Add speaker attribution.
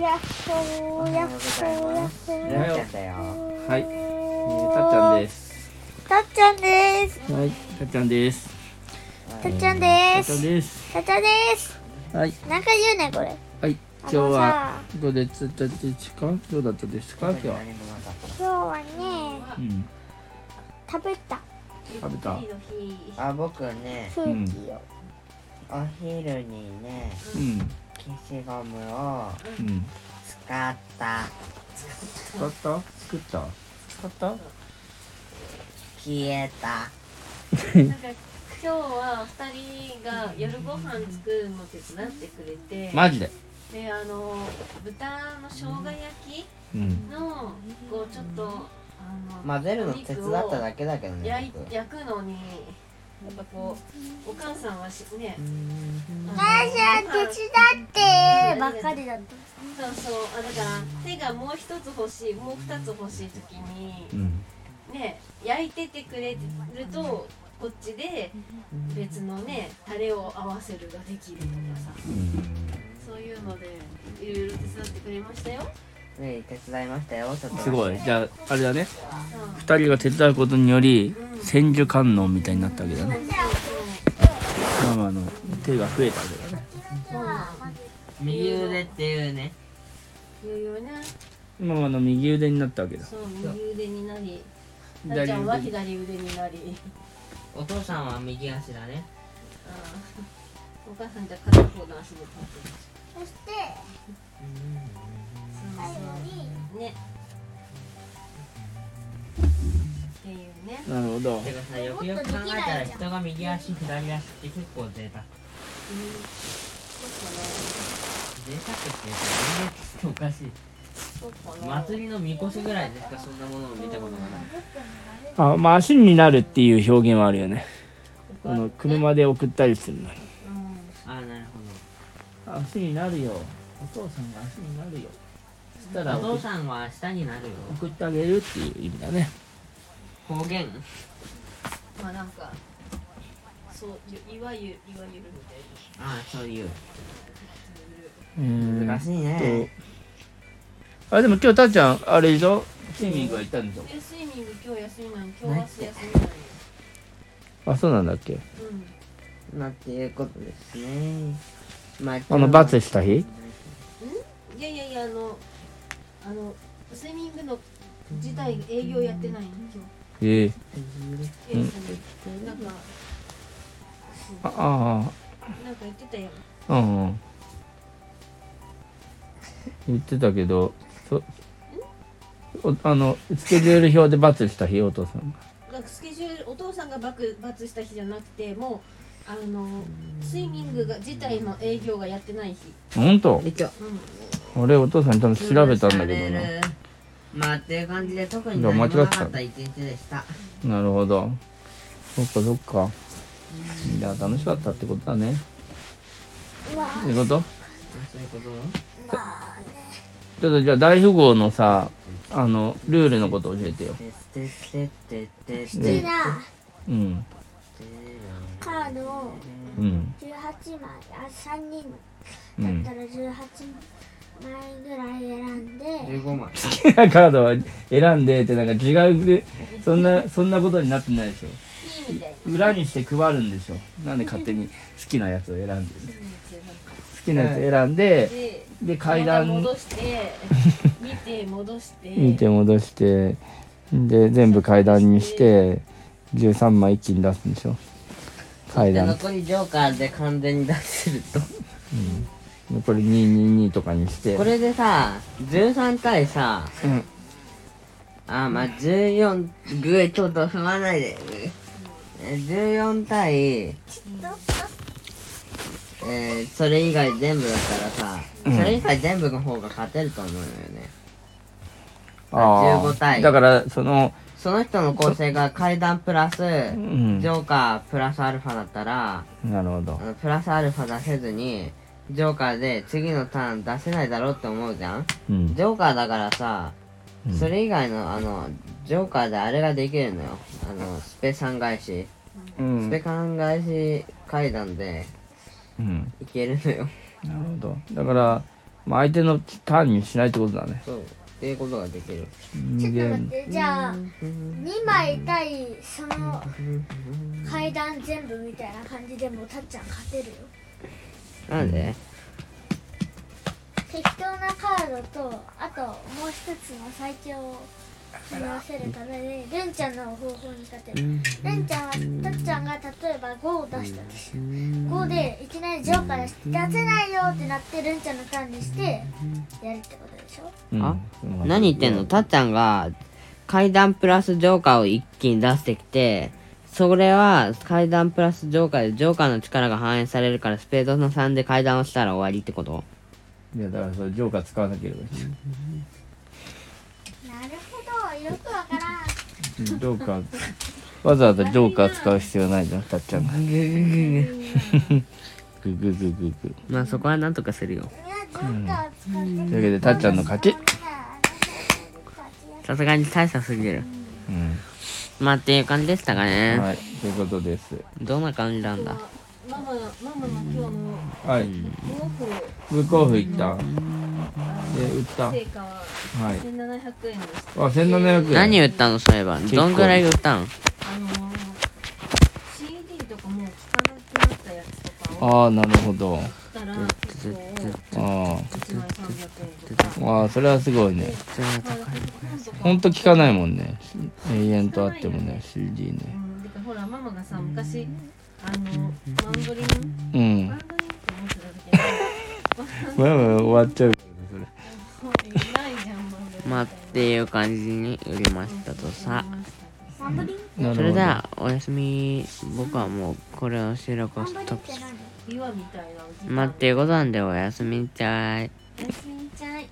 Speaker 1: おはようございます。
Speaker 2: ゆうちゃんだよ。
Speaker 3: はい、えー、たっちゃんです。
Speaker 1: たっちゃんです。
Speaker 3: はい、たっちゃんです。
Speaker 1: たっちゃんで
Speaker 3: たっちゃん
Speaker 1: す。
Speaker 3: です。
Speaker 1: たっちゃんです。
Speaker 3: はい、
Speaker 1: なんか言うねこれ。
Speaker 3: はい、今日はどうでったですか？どうだったですか？今日は。
Speaker 2: 何もなかっ
Speaker 1: 今日はね
Speaker 3: うん、
Speaker 1: 食べた
Speaker 3: 食べた。
Speaker 2: たあ、僕ね、
Speaker 1: 空気を。
Speaker 2: お昼にね、
Speaker 3: うん、
Speaker 2: 消しゴムを
Speaker 3: うん。
Speaker 2: 使った。
Speaker 3: 使った？作った？使った？
Speaker 2: 消えた。
Speaker 4: なんか今日は二人が夜ご飯作るの手伝ってくれて、
Speaker 3: マジで。
Speaker 4: であの豚の生姜焼き
Speaker 3: うん。
Speaker 4: のこうちょっとあの
Speaker 2: 混ぜるの手伝っただけだけど
Speaker 4: お肉を焼
Speaker 2: ね
Speaker 4: い、
Speaker 2: 僕。
Speaker 4: 焼くのにやっぱこうお母さんはしね、
Speaker 1: 私は手伝ってばっかりだった。
Speaker 4: そうそうあだから手がもう一つ欲しいもう二つ欲しい時に
Speaker 3: うん。
Speaker 4: ね焼いててくれるとこっちで別のねタレを合わせるができるとかさ。そういうのでいろいろ手伝ってくれましたよ。
Speaker 2: ね、手伝いましたよ、ちょっと。
Speaker 3: すごい。じゃああれだね。
Speaker 4: う
Speaker 3: 二人が手伝うことにより
Speaker 4: うん
Speaker 3: 千手観音みたいになったわけだね。
Speaker 4: ん、
Speaker 3: ママの手が増えたわけだね。
Speaker 2: 右腕っていうね。
Speaker 4: 余裕ね。
Speaker 3: ママの右腕になったわけだ。
Speaker 4: そう右腕になり、なっちゃんは
Speaker 3: に。
Speaker 4: 左腕になり、うん、
Speaker 2: お父さんは右足だね。
Speaker 4: お母さんじゃ片方の足で立ってる。
Speaker 1: そして
Speaker 4: そうそうね。っていうね。
Speaker 3: なるほど。
Speaker 2: てかさ、よくよく考えたら人が右足、左足って結構贅沢。
Speaker 4: うん。ち
Speaker 2: 贅沢って言うと全然おかしい。
Speaker 4: ょっとね、ちょっとね。
Speaker 2: 祭りのみこしぐらいですかそんなものを見たことがない
Speaker 3: あ、まあ足になるっていう表現はあるよね。あの車で送ったりするのに。
Speaker 4: うん。
Speaker 2: ああなるほ
Speaker 3: 足になるよお父さんが足になるよそしたら
Speaker 2: どお
Speaker 3: 送
Speaker 2: 父さんは明日になるよ
Speaker 3: 送ってあげるっていう意味だね
Speaker 2: 方言
Speaker 4: まあなんか、そういいわゆるいわゆるみたいな。
Speaker 2: ああそういう
Speaker 3: うん
Speaker 2: 難しいね
Speaker 3: あでも今日たっちゃんあれでしょスイミングは行ったんでしょ
Speaker 4: でスイミング今日休みなのに今日明日休みなのに。
Speaker 3: あそうなんだっけ
Speaker 4: うん。
Speaker 2: なんていうことですねまあ
Speaker 3: あのバツした日
Speaker 4: いやいやいやあのあのスイミングの自体営業やってないの今
Speaker 3: ええ
Speaker 4: 日休みなんか
Speaker 3: ああ
Speaker 4: なんか言ってたよ
Speaker 3: あうんうん言ってたけどそおあのスケジュール表でバツした日お父さんが
Speaker 4: なんかスケジュールお父さんが爆発した日じゃなくてもうあのスイミングが自体の営業がやってない日
Speaker 3: 本当俺お父さんに多分調べたんだけどな
Speaker 2: まあっていう感じで特
Speaker 3: に
Speaker 2: に
Speaker 3: 何も
Speaker 2: 何も
Speaker 3: な
Speaker 2: な
Speaker 3: か
Speaker 2: か
Speaker 3: っ
Speaker 2: ったた一日でした
Speaker 3: なるほど。そっかそっか。いや、楽しかったってことだね。ってこと
Speaker 2: そういうこ
Speaker 3: ち
Speaker 2: と
Speaker 3: ょっとじゃあ大富豪のさ、あの、ルールのこと教えてよ。
Speaker 2: てってってってって
Speaker 1: 好きな
Speaker 3: うん。
Speaker 1: カードを
Speaker 3: うん。
Speaker 1: 18枚あ3人
Speaker 3: う
Speaker 1: だっ
Speaker 3: ん。
Speaker 1: たら18枚ぐらい選んで
Speaker 2: 15枚
Speaker 3: 好きなカードは選んでってなんか違うで、そんな、そんなことになってないでしょ。
Speaker 4: 日みたいな
Speaker 3: 裏にして配るんでしょ。なんで勝手に好きなやつを選んでる好きなやつ選んで、
Speaker 4: で
Speaker 3: で、階段
Speaker 4: また戻して見て戻して
Speaker 3: 見て戻して、で、全部階段にして、13枚一気に出すんでしょ。階段。
Speaker 2: 残りジョーカーで完全に出せると
Speaker 3: これ222とかにして
Speaker 2: これでさ13対さ
Speaker 3: うん
Speaker 2: あーまあ14ぐーちょっと踏まないでえー14対えーそれ以外全部だったらさ、それ以外全部の方が勝てると思うのよね
Speaker 3: あー
Speaker 2: 15対
Speaker 3: だからその
Speaker 2: その人の構成が階段プラスジョ
Speaker 3: ん
Speaker 2: ーカープラスアルファだったら
Speaker 3: なるほど
Speaker 2: あのプラスアルファ出せずにジョーカーで次のターン出せないだろうって思うじゃん
Speaker 3: うん
Speaker 2: ジョーカーだからさ、それ以外のあのジョーカーであれができるのよあのスペさん返し
Speaker 3: うん
Speaker 2: スペカン返し階段で
Speaker 3: うん
Speaker 2: いけるのよ。
Speaker 3: なるほどだからまあ、相手のターンにしないってことだね
Speaker 2: そうっていうことができる
Speaker 1: ちょっ
Speaker 3: 人
Speaker 1: と待っ
Speaker 3: 間
Speaker 1: てじゃあ2枚対その階段全部みたいな感じでもたっちゃん勝てるよ
Speaker 2: なんで
Speaker 1: 適当なカードとあともう一つの最強を組み合わせるためにルンちゃんの方法に勝てるルンちゃんはたっちゃんが例えば5を出したとしよう5でいきなりジョーカー出して出せないよってなってルンちゃんのターンにしてやるってことでしょ
Speaker 3: うん
Speaker 2: あ何言ってんのたっちゃんが階段プラスジョーカーを一気に出してきてそれは階段プラスジョーカーでジョーカーの力が反映されるからスペードの3で階段をしたら終わりってこと
Speaker 3: いやだからそれジョーカー使わなければいい
Speaker 1: なるほどよくわからん
Speaker 3: うんジョーカーわざわざジョーカー使う必要ないじゃんたっちゃんがグググググ
Speaker 2: まあそこはなんとかするよ
Speaker 1: いやジョーカー使って
Speaker 3: というわけでたっちゃんの勝ち
Speaker 2: さすがに大差すぎる
Speaker 3: うん
Speaker 2: まあっていう感じでしたかね、
Speaker 3: はいということです
Speaker 2: どんな感じなんだ
Speaker 4: ママママの今日の
Speaker 3: はい
Speaker 4: ブロック
Speaker 3: ブックオフ行ったで売ったはい
Speaker 4: 成果は1700円でした
Speaker 3: あ1700円
Speaker 2: 何売ったのそういえば
Speaker 3: 結構
Speaker 2: どんぐらい売ったの
Speaker 4: あのー、CD とかもう聞かなくなったやつとかを
Speaker 3: ああなるほど
Speaker 4: 買ったら結
Speaker 3: あ
Speaker 4: 構1枚300円とか
Speaker 3: あわあそれはすごいねほ
Speaker 4: 本
Speaker 3: んと聞かないもんね永遠とあってもね CD
Speaker 4: う
Speaker 3: ね
Speaker 4: ん、てかほらママがさ昔あのマ
Speaker 3: う
Speaker 4: ンドリンマン
Speaker 3: ん
Speaker 4: ドリンって思ってた時に
Speaker 3: まあまあ終わっちゃう
Speaker 4: もういないじゃんマンドリン
Speaker 2: まあっていう感じに売りましたとさ
Speaker 1: サンブリン
Speaker 3: なるほど
Speaker 2: それではおやすみ僕はもうこれを収録しとく
Speaker 1: って何
Speaker 4: 岩みたいな
Speaker 2: まあっていうことなんでおやすみちゃい
Speaker 4: おやすみちゃい